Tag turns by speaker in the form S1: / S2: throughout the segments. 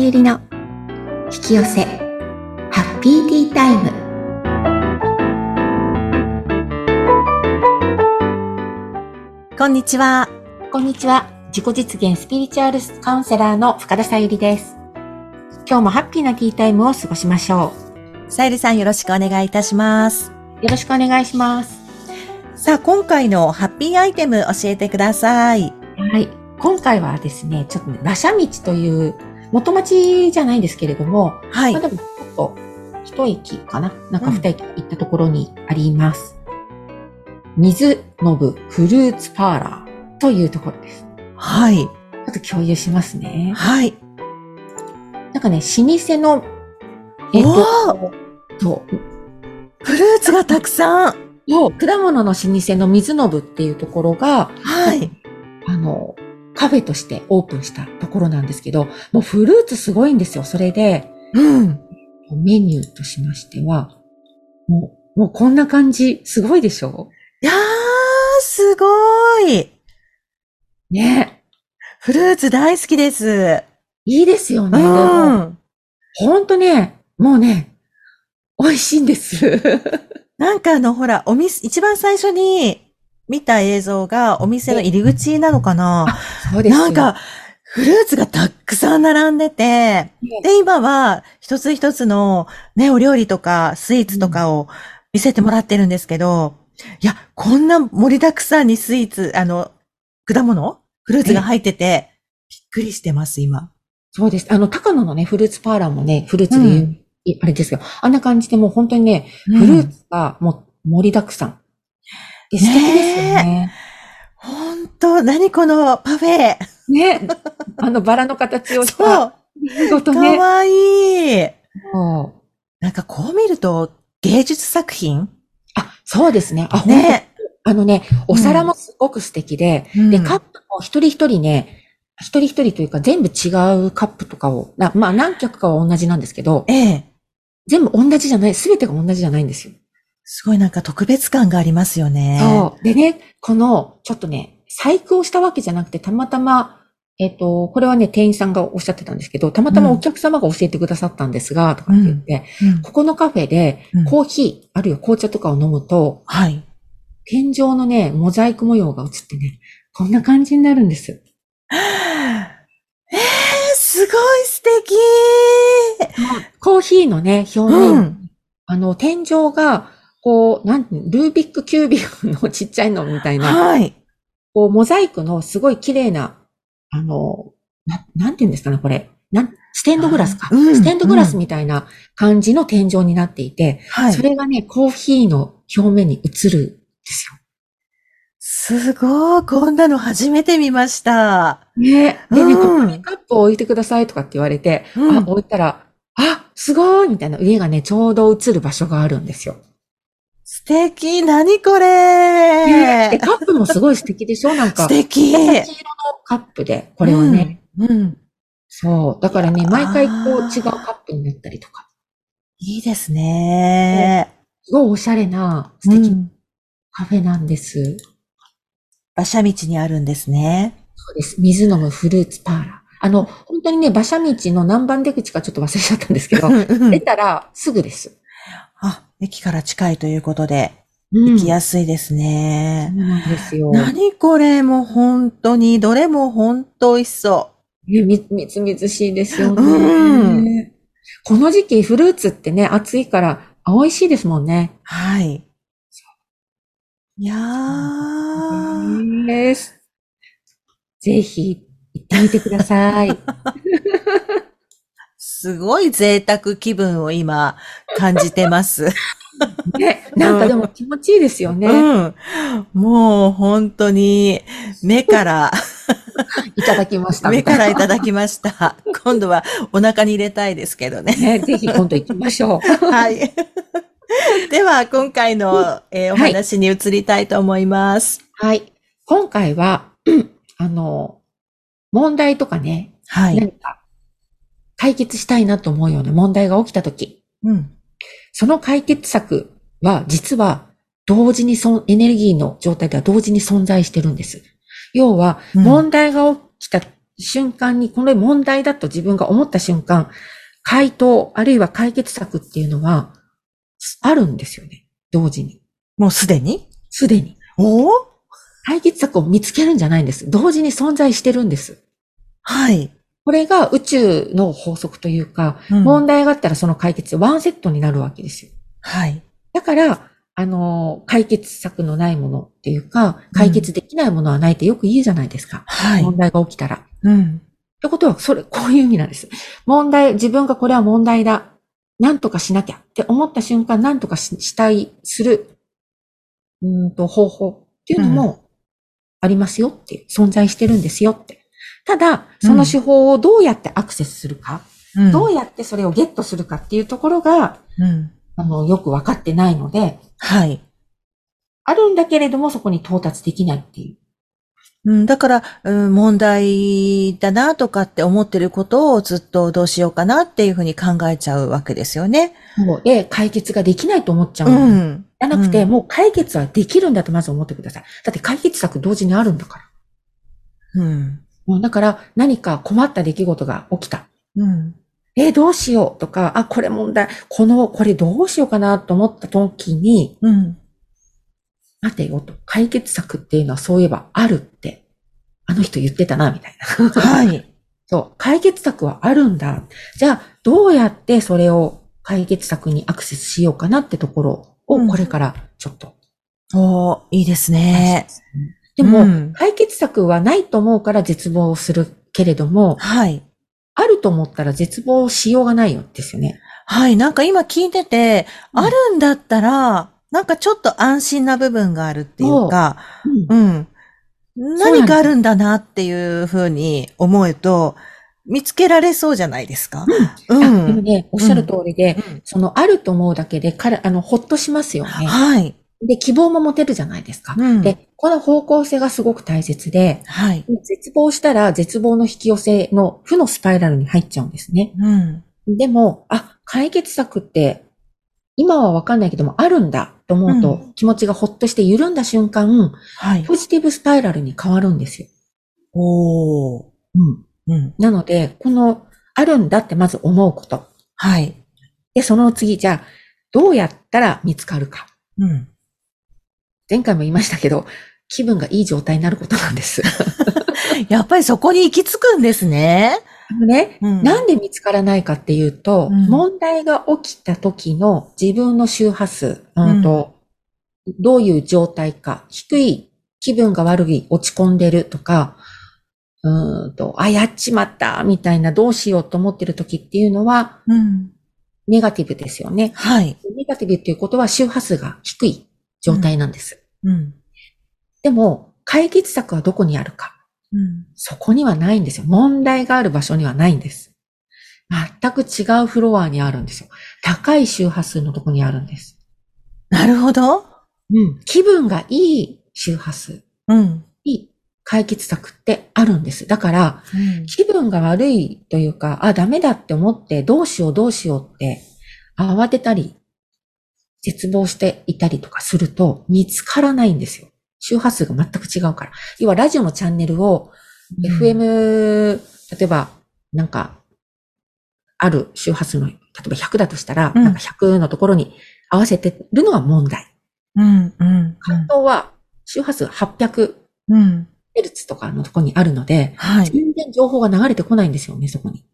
S1: ゆりの引き寄せハッピーティータイム
S2: こんにちは。
S1: こんにちは自己実現スピリチュアルカウンセラーの深田さゆりです今日もハッピーなティータイムを過ごしましょ
S2: さゆりさんよろしくお願いいたします。
S1: うよろしくお願いします
S2: さあ、今回のハッピーアイテム教えてください。
S1: はい今回はですねちょっとね馬車道という元町じゃないんですけれども、
S2: はい
S1: まあ、。でもちょっと一駅かななんか二駅行ったところにあります。水のぶフルーツパーラーというところです。
S2: はい。
S1: ちょっと共有しますね。
S2: はい。
S1: なんかね、老舗の、えっ、
S2: お
S1: と、
S2: お
S1: そう
S2: フルーツがたくさん。
S1: そう果物の老舗の水のぶっていうところが、
S2: はい。
S1: あの、カフェとしてオープンしたところなんですけど、もうフルーツすごいんですよ。それで、
S2: うん。
S1: メニューとしましては、もう、もうこんな感じ、すごいでしょ
S2: いやー、すごい。
S1: ね。
S2: フルーツ大好きです。
S1: いいですよ
S2: う
S1: ね。
S2: ん。
S1: ほんとね、もうね、美味しいんです。
S2: なんかあの、ほら、お店、一番最初に見た映像がお店の入り口なのかな
S1: そうで
S2: なん、か、フルーツがたくさん並んでて、で、今は、一つ一つの、ね、お料理とか、スイーツとかを見せてもらってるんですけど、いや、こんな盛りだくさんにスイーツ、あの、果物フルーツが入ってて、びっくりしてます、今。
S1: そうです。あの、高野のね、フルーツパーラーもね、フルーツで有
S2: うん
S1: いあれですよ。あんな感じでもう本当にね、
S2: フ
S1: フルーツがもう盛りだくさん。で素敵ですよね。
S2: ほんと、何このパフェ。
S1: ね。 あの、バラの形をし
S2: そ
S1: た。
S2: う、
S1: 見事
S2: か
S1: ね。
S2: わいい。
S1: そう
S2: なんかこう見ると、芸術作品
S1: あ、そうですね。あ、ほんと
S2: ね。
S1: あのね、お皿もすごく素敵で、で、
S2: うん
S1: カップも一人一人ね、一人一人というか全部違うカップとかを、なまあ何脚かは同じなんですけど、
S2: ええ。
S1: 全部同じじゃない、すべてが同じじゃないんですよ。
S2: すごいなんか特別感がありますよね。
S1: そう。でね、この、ちょっとね、細工をしたわけじゃなくて、たまたま、えっ、と、これはね、店員さんがおっしゃってたんですけど、たまたまお客様が教えてくださったんですが、とかって言って、
S2: うん。
S1: ここのカフェで
S2: うん、
S1: コーヒー、あるいは紅茶とかを飲むと、
S2: はい。
S1: 天井のね、モザイク模様が映ってね、こんな感じになるんです。
S2: えー、すごい素敵
S1: コーヒーのね、表面、
S2: うん。
S1: あの、天井が、こう、なんて、ルービックキュービックのちっちゃいのみたいな、
S2: はい。
S1: こう、モザイクのすごい綺麗な、あの、な、なんて言うんですかね、これ。なん、ステンドグラスか。
S2: うん
S1: ステンドグラスみたいな感じの天井になっていて、
S2: は
S1: そ
S2: い。
S1: れがね、コーヒーの表面に映るんです
S2: すごい。こんなの初めて見ました。
S1: よ。ね。でね、
S2: うん
S1: ここにカップを置いてくださいとかって言われて、
S2: うん
S1: あ、置いたら、あ、すごいみたいな家がね、ちょうど映る場所があるんですよ。
S2: 素敵。何こ
S1: ねで、
S2: れ
S1: カップもすごい素敵でしょなんか
S2: 素、敵。
S1: 紫色のカップで、これをね、
S2: うん。うん。
S1: そう。だからね、毎回こう
S2: あー
S1: 違うカップになったりとか。
S2: いいですね。
S1: すごいおしゃれな素敵な
S2: う
S1: んカフェなんです。そ
S2: 馬車道にあるんですね。
S1: うです。水飲むフルーツパーラー。あの、本当にね、馬車道の何番出口かちょっと忘れちゃったんですけど、
S2: うん
S1: 出たらすぐです。
S2: あ、駅から近いということで、
S1: うん
S2: 行きやすいですね
S1: そう。なんですよ。
S2: 何これもう本当に、どれも本当美味しそ
S1: ねみ、みずみずしいですよね。
S2: う
S1: この時期フルーツってね、暑いから、あ美味しいですもんね
S2: う。。はい。いやー。
S1: です。ぜひ、行ってみてください。
S2: すごい贅沢気分を今感じてます。
S1: ね、なんかでも気持ちいいですよね。
S2: うん。もう本当に目 から、
S1: いただきましたみ
S2: 目
S1: たい
S2: か
S1: な。
S2: らいただきました。今度はお腹に入れたいですけどね。
S1: ね、ぜひ今度行きましょう。
S2: はい。 では、今回の、えーお
S1: はい
S2: 話に移りたいと思います。
S1: はい。今回は、 うんあの、問題とかね、
S2: は
S1: 何か解決したいなと思うような問題が起きたとき、
S2: うん。
S1: その解決策は実は同時にそんエネルギーの状態では同時に存在してるんです。要は、
S2: うん
S1: 問題が起きた瞬間に、この問題だと自分が思った瞬間、回答、あるいは解決策っていうのは、あるんですよね。同時に。
S2: もうすでに
S1: すでに。
S2: おお
S1: 解決策を見つけるんじゃないんです。同時に存在してるんです。
S2: はい。
S1: これが宇宙の法則というか、
S2: うん
S1: 問題があったらその解決、ワンセットになるわけですよ。
S2: はい。
S1: だから、あの、解決策のないものっていうか、解決できないものはないってよく言うじゃないですか。
S2: はい。
S1: 問題が起きたら。
S2: うん。
S1: ってことは、それ、こういう意味なんです。問題、自分がこれは問題だ。なんとかしなきゃって思った瞬間、なんとかししたい、する、うーんと、方法っていうのもありますよっていう、存在してるんですよって。ただ、その手法をどうやってアクセスするか、
S2: うん
S1: どうやってそれをゲットするかっていうところが、
S2: うん。
S1: あの、よくわかってないので、
S2: はい。
S1: あるんだけれども、そこに到達できないっていう。
S2: うん、だから、うん、問題だなとかって思ってることをずっとどうしようかなっていうふうに考えちゃうわけですよね。
S1: で、解決ができないと思っちゃう
S2: う
S1: ので
S2: ん。
S1: じゃなくて、
S2: うん
S1: もう解決はできるんだとまず思ってください。だって解決策同時にあるんだから。
S2: うん。
S1: うんだから何か困った出来事が起きた。
S2: うん。
S1: えー、どうしようとか、あ、これ問題、この、これどうしようかなと思った時に、
S2: うん。
S1: 待てよと、解決策っていうのはそういえばあるって、あの人言ってたな、みたいな。
S2: はい。
S1: そう、解決策はあるんだ。じゃあ、どうやってそれを解決策にアクセスしようかなってところを、これからちょっと。
S2: おーいいですね。
S1: でも、
S2: うん
S1: 解決策はないと思うから絶望するけれども、
S2: はい。
S1: あると思ったら絶望しようがないんですよね。
S2: はい。なんか今聞いてて、
S1: うん
S2: あるんだったら、なんかちょっと安心な部分があるっていうか、うん。
S1: す
S2: 何かあるんだなっていうふうに思うと、見つけられそうじゃないですか。う。
S1: うんんあでもね、おっしゃる通りで、
S2: うん
S1: そのあると思うだけで、から、あの、ほっとしますよね。
S2: はい。
S1: で、希望も持てるじゃないですか。
S2: うん
S1: で、この方向性がすごく大切で、
S2: はい。
S1: 絶望したら絶望の引き寄せの負のスパイラルに入っちゃうんですね。
S2: うん。
S1: でも、あ、解決策って、今はわかんないけども、あるんだと思うと、
S2: う
S1: 気持ちがほっとして緩んだ瞬間、
S2: はい。
S1: ポジティブスパイラルに変わるんですよ。
S2: おー。
S1: うん。
S2: うん。
S1: なので、この、あるんだってまず思うこと。
S2: はい。
S1: で、その次、じゃあ、どうやったら見つかるか。
S2: うん。
S1: 前回も言いましたけど、気分がいい状態になることなんです。
S2: やっぱりそこに行き着くんですね。
S1: あのね、
S2: うん
S1: なんで見つからないかっていうと、
S2: うん
S1: 問題が起きた時の自分の周波数、うんとどういう状態か、低い、気分が悪い、落ち込んでるとか、うーんと、あ、やっちまった、みたいな、どうしようと思ってる時っていうのは、
S2: うん。
S1: ネガティブですよね。
S2: はい。
S1: ネガティブっていうことは周波数が低い状態なんです。
S2: うん。
S1: でも、解決策はどこにあるか。
S2: うん。
S1: そこにはないんですよ。問題がある場所にはないんです。全く違うフロアにあるんですよ。高い周波数のとこにあるんです。
S2: なるほど。
S1: うん。気分がいい周波数
S2: うん。
S1: に解決策ってあるんです。だから、
S2: うん
S1: 気分が悪いというか、あ、ダメだって思って、どうしようどうしようって、慌てたり、絶望していたりとかすると、見つからないんですよ。周波数が全く違うから。要は、ラジオのチャンネルを、FM、例えば、なんか、ある周波数の、例えば100だとしたら、
S2: うん
S1: なんか100のところに合わせてるのが問題。
S2: うん。うん。
S1: 本当は、周波数 800Hz
S2: うん。
S1: とかのところにあるので、
S2: はい。
S1: 全然情報が流れてこないんですよね、そこに。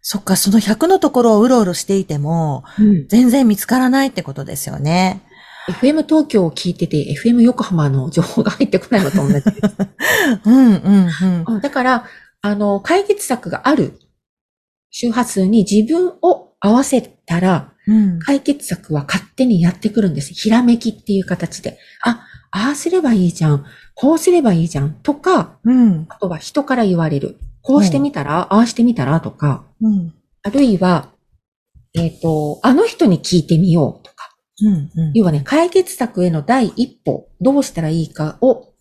S2: そっか、その100のところをうろうろしていても、全然見つからないってことですよね。
S1: FM 東京を聞いてて、FM 横浜の情報が入ってこないのと同じです。
S2: うん、うん、うん。
S1: うんだから、あの、解決策がある周波数に自分を合わせたら、
S2: うん。
S1: 解決策は勝手にやってくるんです。ひらめきっていう形で。あ、ああすればいいじゃん。こうすればいいじゃん。とか、
S2: うん。
S1: あとは人から言われる。こうしてみたら、ああしてみたらとか、
S2: うん。
S1: あるいは、えっ、と、あの人に聞いてみようとか。
S2: うん。うん
S1: 要はね、解決策への第一歩、どうしたらいいかを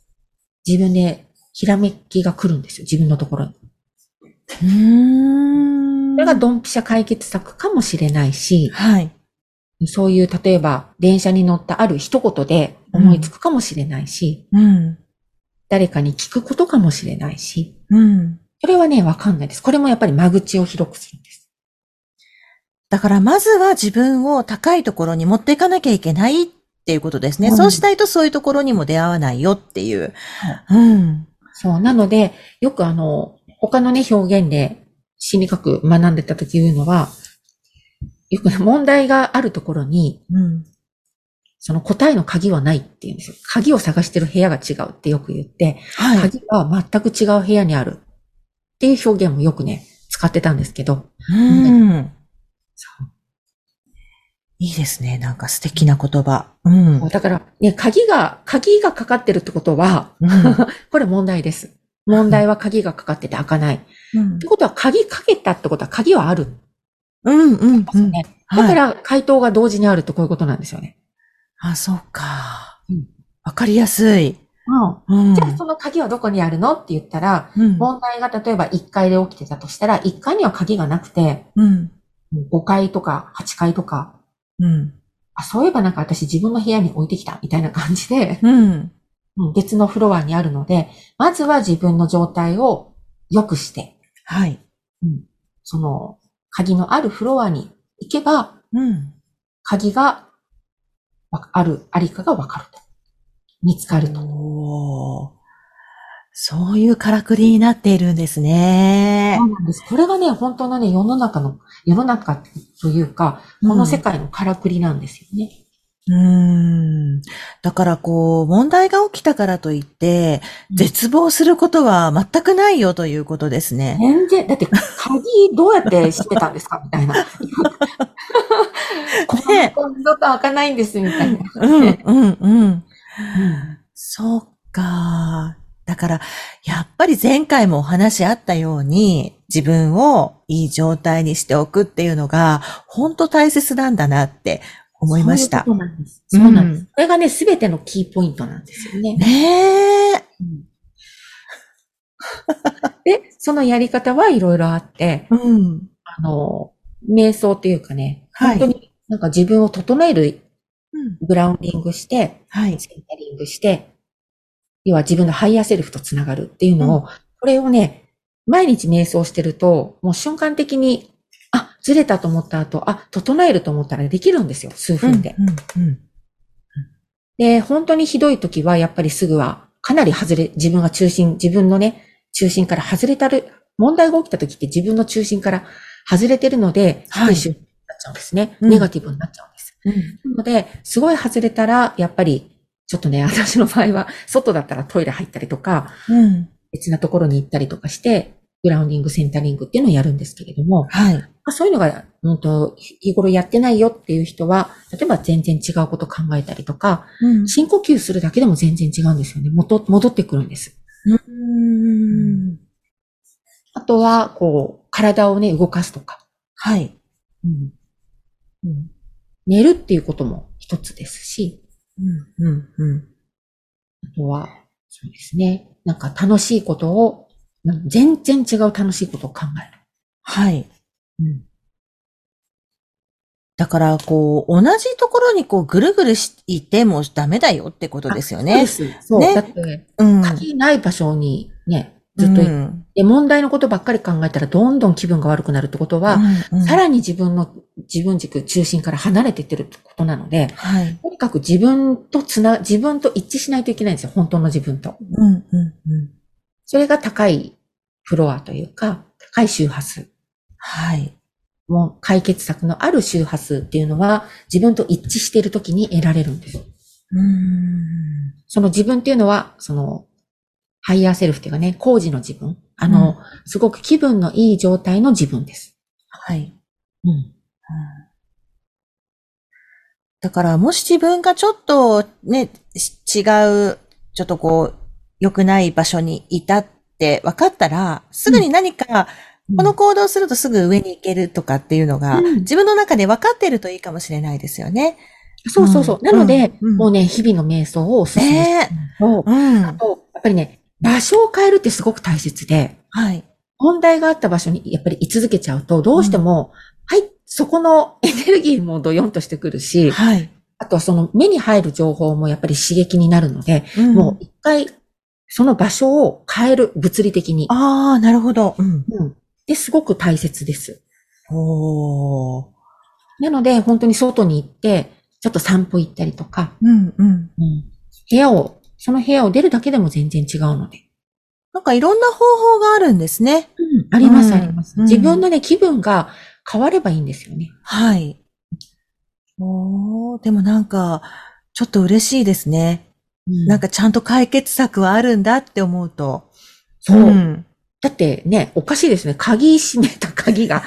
S1: 自分でひらめきが来るんですよ。自分のところに。
S2: うーん
S1: それがドンピシャ解決策かもしれないし、
S2: はい。
S1: そういう、例えば、電車に乗ったある一言で思いつくかもしれないし、
S2: うん。
S1: 誰かに聞くことかもしれないし、
S2: うん。
S1: これはね、わかんないです。これもやっぱり間口を広くするんです。
S2: だからまずは自分を高いところに持っていかなきゃいけないっていうことですね。
S1: うん
S2: そうしないとそういうところにも出会わないよっていう。うん。
S1: そう。なので、よくあの、他のね、表現で心理学学んでた時言うのは、よくね問題があるところに、
S2: うん。
S1: その答えの鍵はないって言うんですよ。鍵を探してる部屋が違うってよく言って、
S2: はい。
S1: 鍵は全く違う部屋にあるっていう表現もよくね、使ってたんですけど、
S2: うん。
S1: そう
S2: いいですね。なんか素敵な言葉。うん。うん
S1: だから、ね、鍵が、鍵がかかってるってことは、これ問題です。問題は鍵がかかってて開かない。ってことは、鍵かけたってことは鍵はあるんで
S2: うん。うん。
S1: すよね。
S2: はい
S1: だから、回答が同時にあるとこういうことなんですよね。
S2: あ、そうか
S1: うん。
S2: わかりやすい。うん。
S1: じゃあ、その鍵はどこにあるのって言ったら、
S2: うん。
S1: 問題が例えば1階で起きてたとしたら、1階には鍵がなくて、
S2: うん。
S1: 5階とか8階とか、
S2: うん。
S1: あ、そういえばなんか私自分の部屋に置いてきたみたいな感じで、
S2: うん。
S1: うん別のフロアにあるので、まずは自分の状態を良くして、
S2: はい。
S1: その、鍵のあるフロアに行けば、
S2: うん。
S1: 鍵がわある、ありかがわかると。見つかると。
S2: おーそういうからくりになっているんですね
S1: そ。うなんです。これがね、本当のね、世の中の、世の中というか、この世界のからくりなんですよね。
S2: うーん。だからこう、問題が起きたからといって、絶望することは全くないよということですね。
S1: 全然、だって、鍵どうやって閉めたんですかみ たいな。この
S2: ね
S1: 二度と開かないんです、みたいな。
S2: うん、うん、うん。
S1: うん
S2: そうか。だから、やっぱり前回もお話あったように、自分をいい状態にしておくっていうのが、本当大切なんだなって思いました。
S1: そういうことなんです。そうなんです。これがね、すべてのキーポイントなんですよね。
S2: ねえ。
S1: で、そのやり方はいろいろあって、
S2: うん。
S1: あの、瞑想というかね、
S2: はい
S1: 本当になんか自分を整える
S2: うん
S1: グラウンディングして、
S2: はい。
S1: センタリングして、要は自分のハイヤーセルフとつながるっていうのを、これをね、毎日瞑想してると、もう瞬間的に、あ、ずれたと思った後、あ、整えると思ったらできるんですよ、数分で。
S2: うんうん
S1: で、本当にひどい時は、やっぱりすぐは、かなり外れ、自分が中心、自分のね、中心から外れたる、問題が起きた時って自分の中心から外れてるので、
S2: はい
S1: 低い周波数になっちゃうんですね。
S2: うん
S1: ネガティブになっちゃうんです。
S2: うん
S1: なので、すごい外れたら、やっぱり、ちょっとね、 私の場合は、外だったらトイレ入ったりとか、
S2: うん。
S1: 別なところに行ったりとかして、グラウンディング、センタリングっていうのをやるんですけれども、
S2: はい。
S1: まあそういうのが、うんと、日頃やってないよっていう人は、例えば全然違うこと考えたりとか、
S2: うん
S1: 深呼吸するだけでも全然違うんですよね。戻戻ってくるんです。
S2: うん。
S1: あとは、こう、体をね、動かすとか。
S2: はい。
S1: うんうん寝るっていうことも一つですし、
S2: うん。うん。うん。
S1: あとは、そうですね。なんか楽しいことを、うん全然違う楽しいことを考
S2: はい。
S1: える。
S2: だから、こう、同じところにこう、ぐるぐるしていてもダメだよってことですよね。
S1: そうです。そう。
S2: ね
S1: だって、
S2: うん。
S1: 鍵ない場所にね、ずっといて、
S2: うん
S1: 問題のことばっかり考えたらどんどん気分が悪くなるってことは、
S2: うんうん
S1: さらに自分の、自分軸中心から離れてってるってことなので、
S2: はい。
S1: とにかく自分とつな、自分と一致しないといけないんですよ。本当の自分と。
S2: うん。うん。うん。
S1: それが高いフロアというか、高い周波数。
S2: はい。
S1: もう解決策のある周波数っていうのは、自分と一致しているときに得られるんです。
S2: うん。
S1: その自分っていうのは、その、ハイヤーセルフっていうかね、工事の自分。あの、すごく気分のいい状態の自分です。
S2: はい。
S1: うん。
S2: だから、もし自分がちょっとね、し違う、ちょっとこう、良くない場所にいたって分かったら、すぐに何か、この行動をするとすぐ上に行けるとかっていうのが、
S1: うん
S2: 自分の中で分かってるといいかもしれないですよね。
S1: そうそうそう。
S2: うん
S1: なので、
S2: うん
S1: もうね、日々の瞑想をおすすめして
S2: ね
S1: るのと、
S2: え。うん。
S1: とやっぱりね、場所を変えるってすごく大切で、
S2: はい。
S1: 問題があった場所にやっぱり居続けちゃうと、どうしても、はい、そこのエネルギーもドヨンとしてくるし、
S2: はい。
S1: あとはその目に入る情報もやっぱり刺激になるので、
S2: うん
S1: もう一回その場所を変える、物理的に。
S2: ああ、なるほど。うん。
S1: うん。で、すごく大切です。
S2: おー。
S1: なので、本当に外に行って、ちょっと散歩行ったりとか、
S2: うんうん。
S1: うん。部屋を、その部屋を出るだけでも全然違うので。
S2: なんかいろんな方法があるんですね。
S1: うん。ありま
S2: うん
S1: す、あります。
S2: うん
S1: 自分のね、気分が変わればいいんですよね。
S2: はい。おー、でもなんか、ちょっと嬉しいですね。
S1: うん
S2: なんかちゃんと解決策はあるんだって思うと。
S1: そう。
S2: ん
S1: だってね、おかしいですね。鍵閉めた鍵が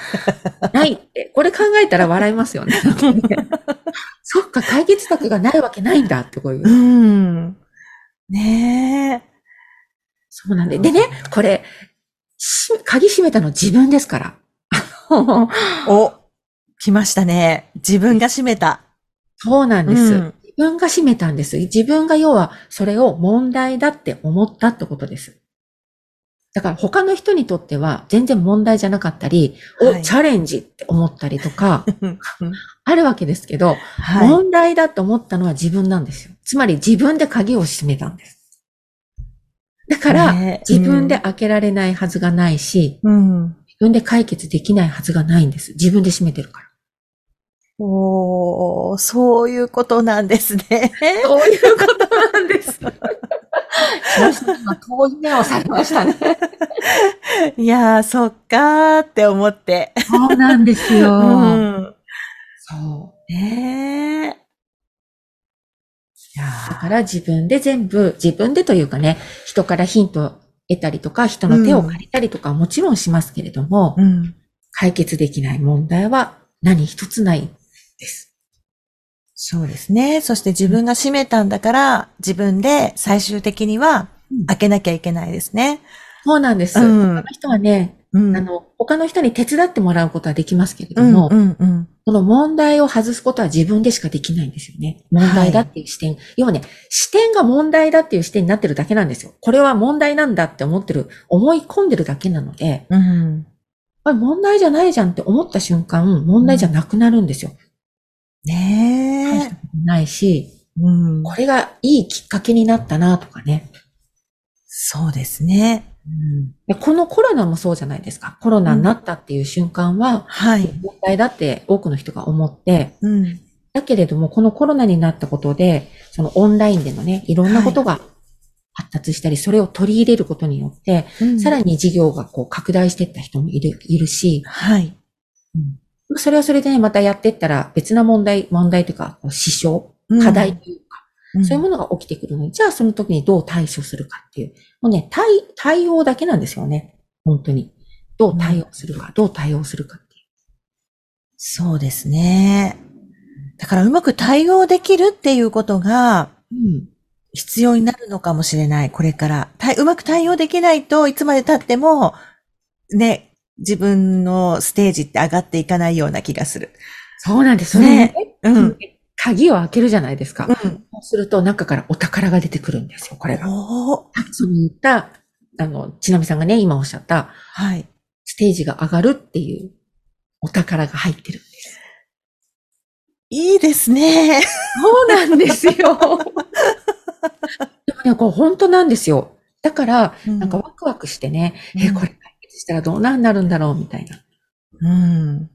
S1: ないって。これ考えたら笑いますよ ね。そっか、解決策がないわけないんだってこういう
S2: う。ん。ねえ。
S1: そうなんで。でね、これ、し鍵閉めたの自分ですから。 あの
S2: お、来ましたね。自分が閉めた。
S1: そうなんです。
S2: うん
S1: 自分が閉めたんです。自分が要はそれを問題だって思ったってことです。だから他の人にとっては全然問題じゃなかったり、
S2: は
S1: お、
S2: い
S1: チャレンジって思ったりとか、
S2: は
S1: あるわけですけど、
S2: い。
S1: 問題だと思ったのは自分なんですよ。つまり自分で鍵を閉めたんです。だから、
S2: ね
S1: 自分で開けられないはずがないし、
S2: うん。
S1: 自分で解決できないはずがないんです。自分で閉めてるから。
S2: おー、そういうことなんですね。
S1: そういうことなんです。遠い目をされましたね。
S2: いやー、そっかーって思って。
S1: そうなんですよ。
S2: うん。
S1: そ
S2: ねえ。いや
S1: う。だから自分で全部、自分でというかね、人からヒントを得たりとか、人の手を借りたりとかはもちろんしますけれども、
S2: うん。
S1: 解決できない問題は何一つないです。
S2: そうですね。そして自分が閉めたんだから、自分で最終的には
S1: うん
S2: 開けなきゃいけないですね。
S1: そうなんです。こ
S2: ん
S1: の。人はね、
S2: うん。
S1: あの、他の人に手伝ってもらうことはできますけれ
S2: う
S1: ど
S2: ん、
S1: も、
S2: うん、うん。
S1: この問題を外すことは自分でしかできないんですよね。問題だっていう視点。要はね、視点が問題だっていう視点になってるだけなんですよ。これは問題なんだって思ってる、思い込んでるだけなので、
S2: うん。
S1: これ問題じゃないじゃんって思った瞬間、問題じゃなくなるんですよ。大した
S2: ね
S1: ことないし、
S2: え。うん。
S1: これがいいきっかけになったなとかね。
S2: そうですね。
S1: でこのコロナもそうじゃないですか。コロナになったっていう瞬間は、
S2: はい。
S1: 問題だって多くの人が思って、
S2: うん。
S1: だけれども、このコロナになったことで、そのオンラインでのね、いろんなことが発達したり、それを取り入れることによって、さら
S2: に。
S1: に事業がこう拡大していった人もいるいるし、
S2: はい。
S1: まあそれはそれでね、またやっていったら別な問題、問題というか、こう支障、
S2: うん
S1: 課題というか、
S2: ん
S1: そういうものが起きてくるので、じゃあその時にどう対処するかっていう、もうね、対、対応だけなんですよね。本当に。どう対応するか、どう対応するかっていう。
S2: そうですね。だからうまく対応できるっていうことが
S1: うん。
S2: 必要になるのかもしれない、これから。たいうまく対応できないといつまで経っても、ね、自分のステージって上がっていかないような気がする。
S1: そうなんですよね。
S2: う
S1: うんん。鍵を開けるじゃないですか。
S2: うん。
S1: そうすると中からお宝が出てくるんですよ、これが。
S2: おー
S1: その言った、あの、ちなみさんがね、今おっしゃった、
S2: はい。
S1: ステージが上がるっていうお宝が入ってるんです。
S2: いいですね。
S1: そうなん ですよ。でもね、こう本当なんですよ。だから、
S2: な
S1: なんかワクワクしてね、え、これ解決したらどうなんなるんだろうみたいな。
S2: うん。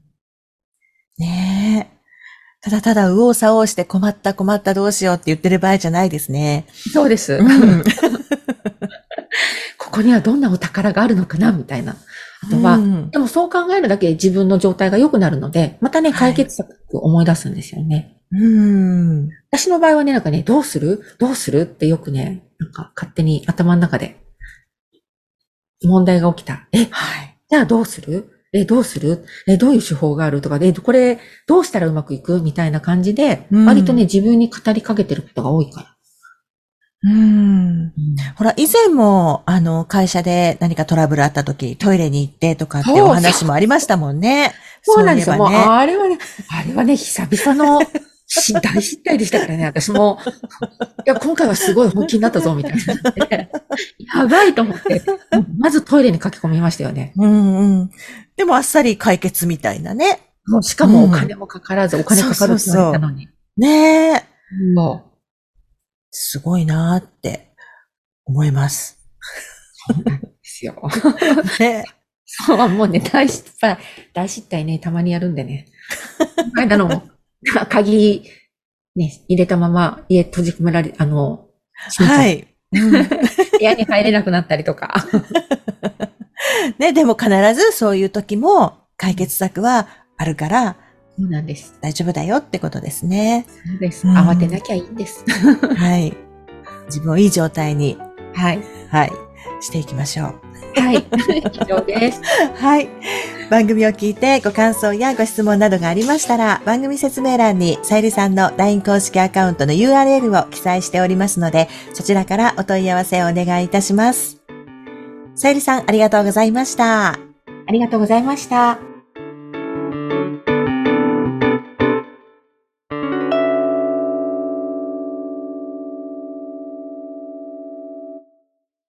S2: ねえ。ただただ右往左往して困った困ったどうしようって言ってる場合じゃないですね。
S1: そうです。ここにはどんなお宝があるのかなみたいな。あとは、
S2: うん
S1: でもそう考えるだけで自分の状態が良くなるので、またね、
S2: は
S1: 解
S2: い
S1: 決策を思い出すんですよね。
S2: うん。
S1: 私の場合はね、なんかね、どうするどうするってよくね、なんか勝手に頭の中で問題が起きた。え、
S2: はい。
S1: じゃあどうするえ、どうするえ、どういう手法があるとかで、えこれどうしたらうまくいくみたいな感じで、
S2: うん
S1: 割とね、自分に語りかけてることが多いから。
S2: うん。ほら、以前も、あの、会社で何かトラブルあった時、トイレに行ってとかって
S1: そう
S2: お話もありましたもんね。
S1: そうなんですよ。
S2: そ
S1: もう、
S2: いえばね。
S1: あれはね、あれはね、久々のし 大失態でしたからね、私も。いや、今回はすごい本気になったぞ、みたいな。やばいと思って、まずトイレに駆け込みましたよね。
S2: うんうん。でもあっさり解決みたいなね。
S1: もうしかもお金もかからず、お金かかるって言われたのに。
S2: ねえ。
S1: も
S2: すごいなーって思います。
S1: そうなんですよ。
S2: ね。
S1: そう、もうね、大失敗、大失態ね、たまにやるんでね。この間の、 鍵、ね、入れたまま家閉じ込められ、あの、
S2: は。い。
S1: 部屋に入れなくなったりとか。
S2: ね、でも必ずそういう時も解決策はあるから
S1: そうなんです。
S2: 大丈夫だよってことです ね。
S1: そうです。
S2: うん
S1: 慌てなきゃいいんです。
S2: はい。自分をいい状態に、
S1: はい。
S2: はい、していきましょう。
S1: はい。 以上です。
S2: はい。番組を聞いてご感想やご質問などがありましたら、番組説明欄にさゆりさんの LINE 公式アカウントの URL を記載しておりますので、そちらからお問い合わせをお願いいたします。さゆりさん、ありがとうございました。
S1: ありがとうございました。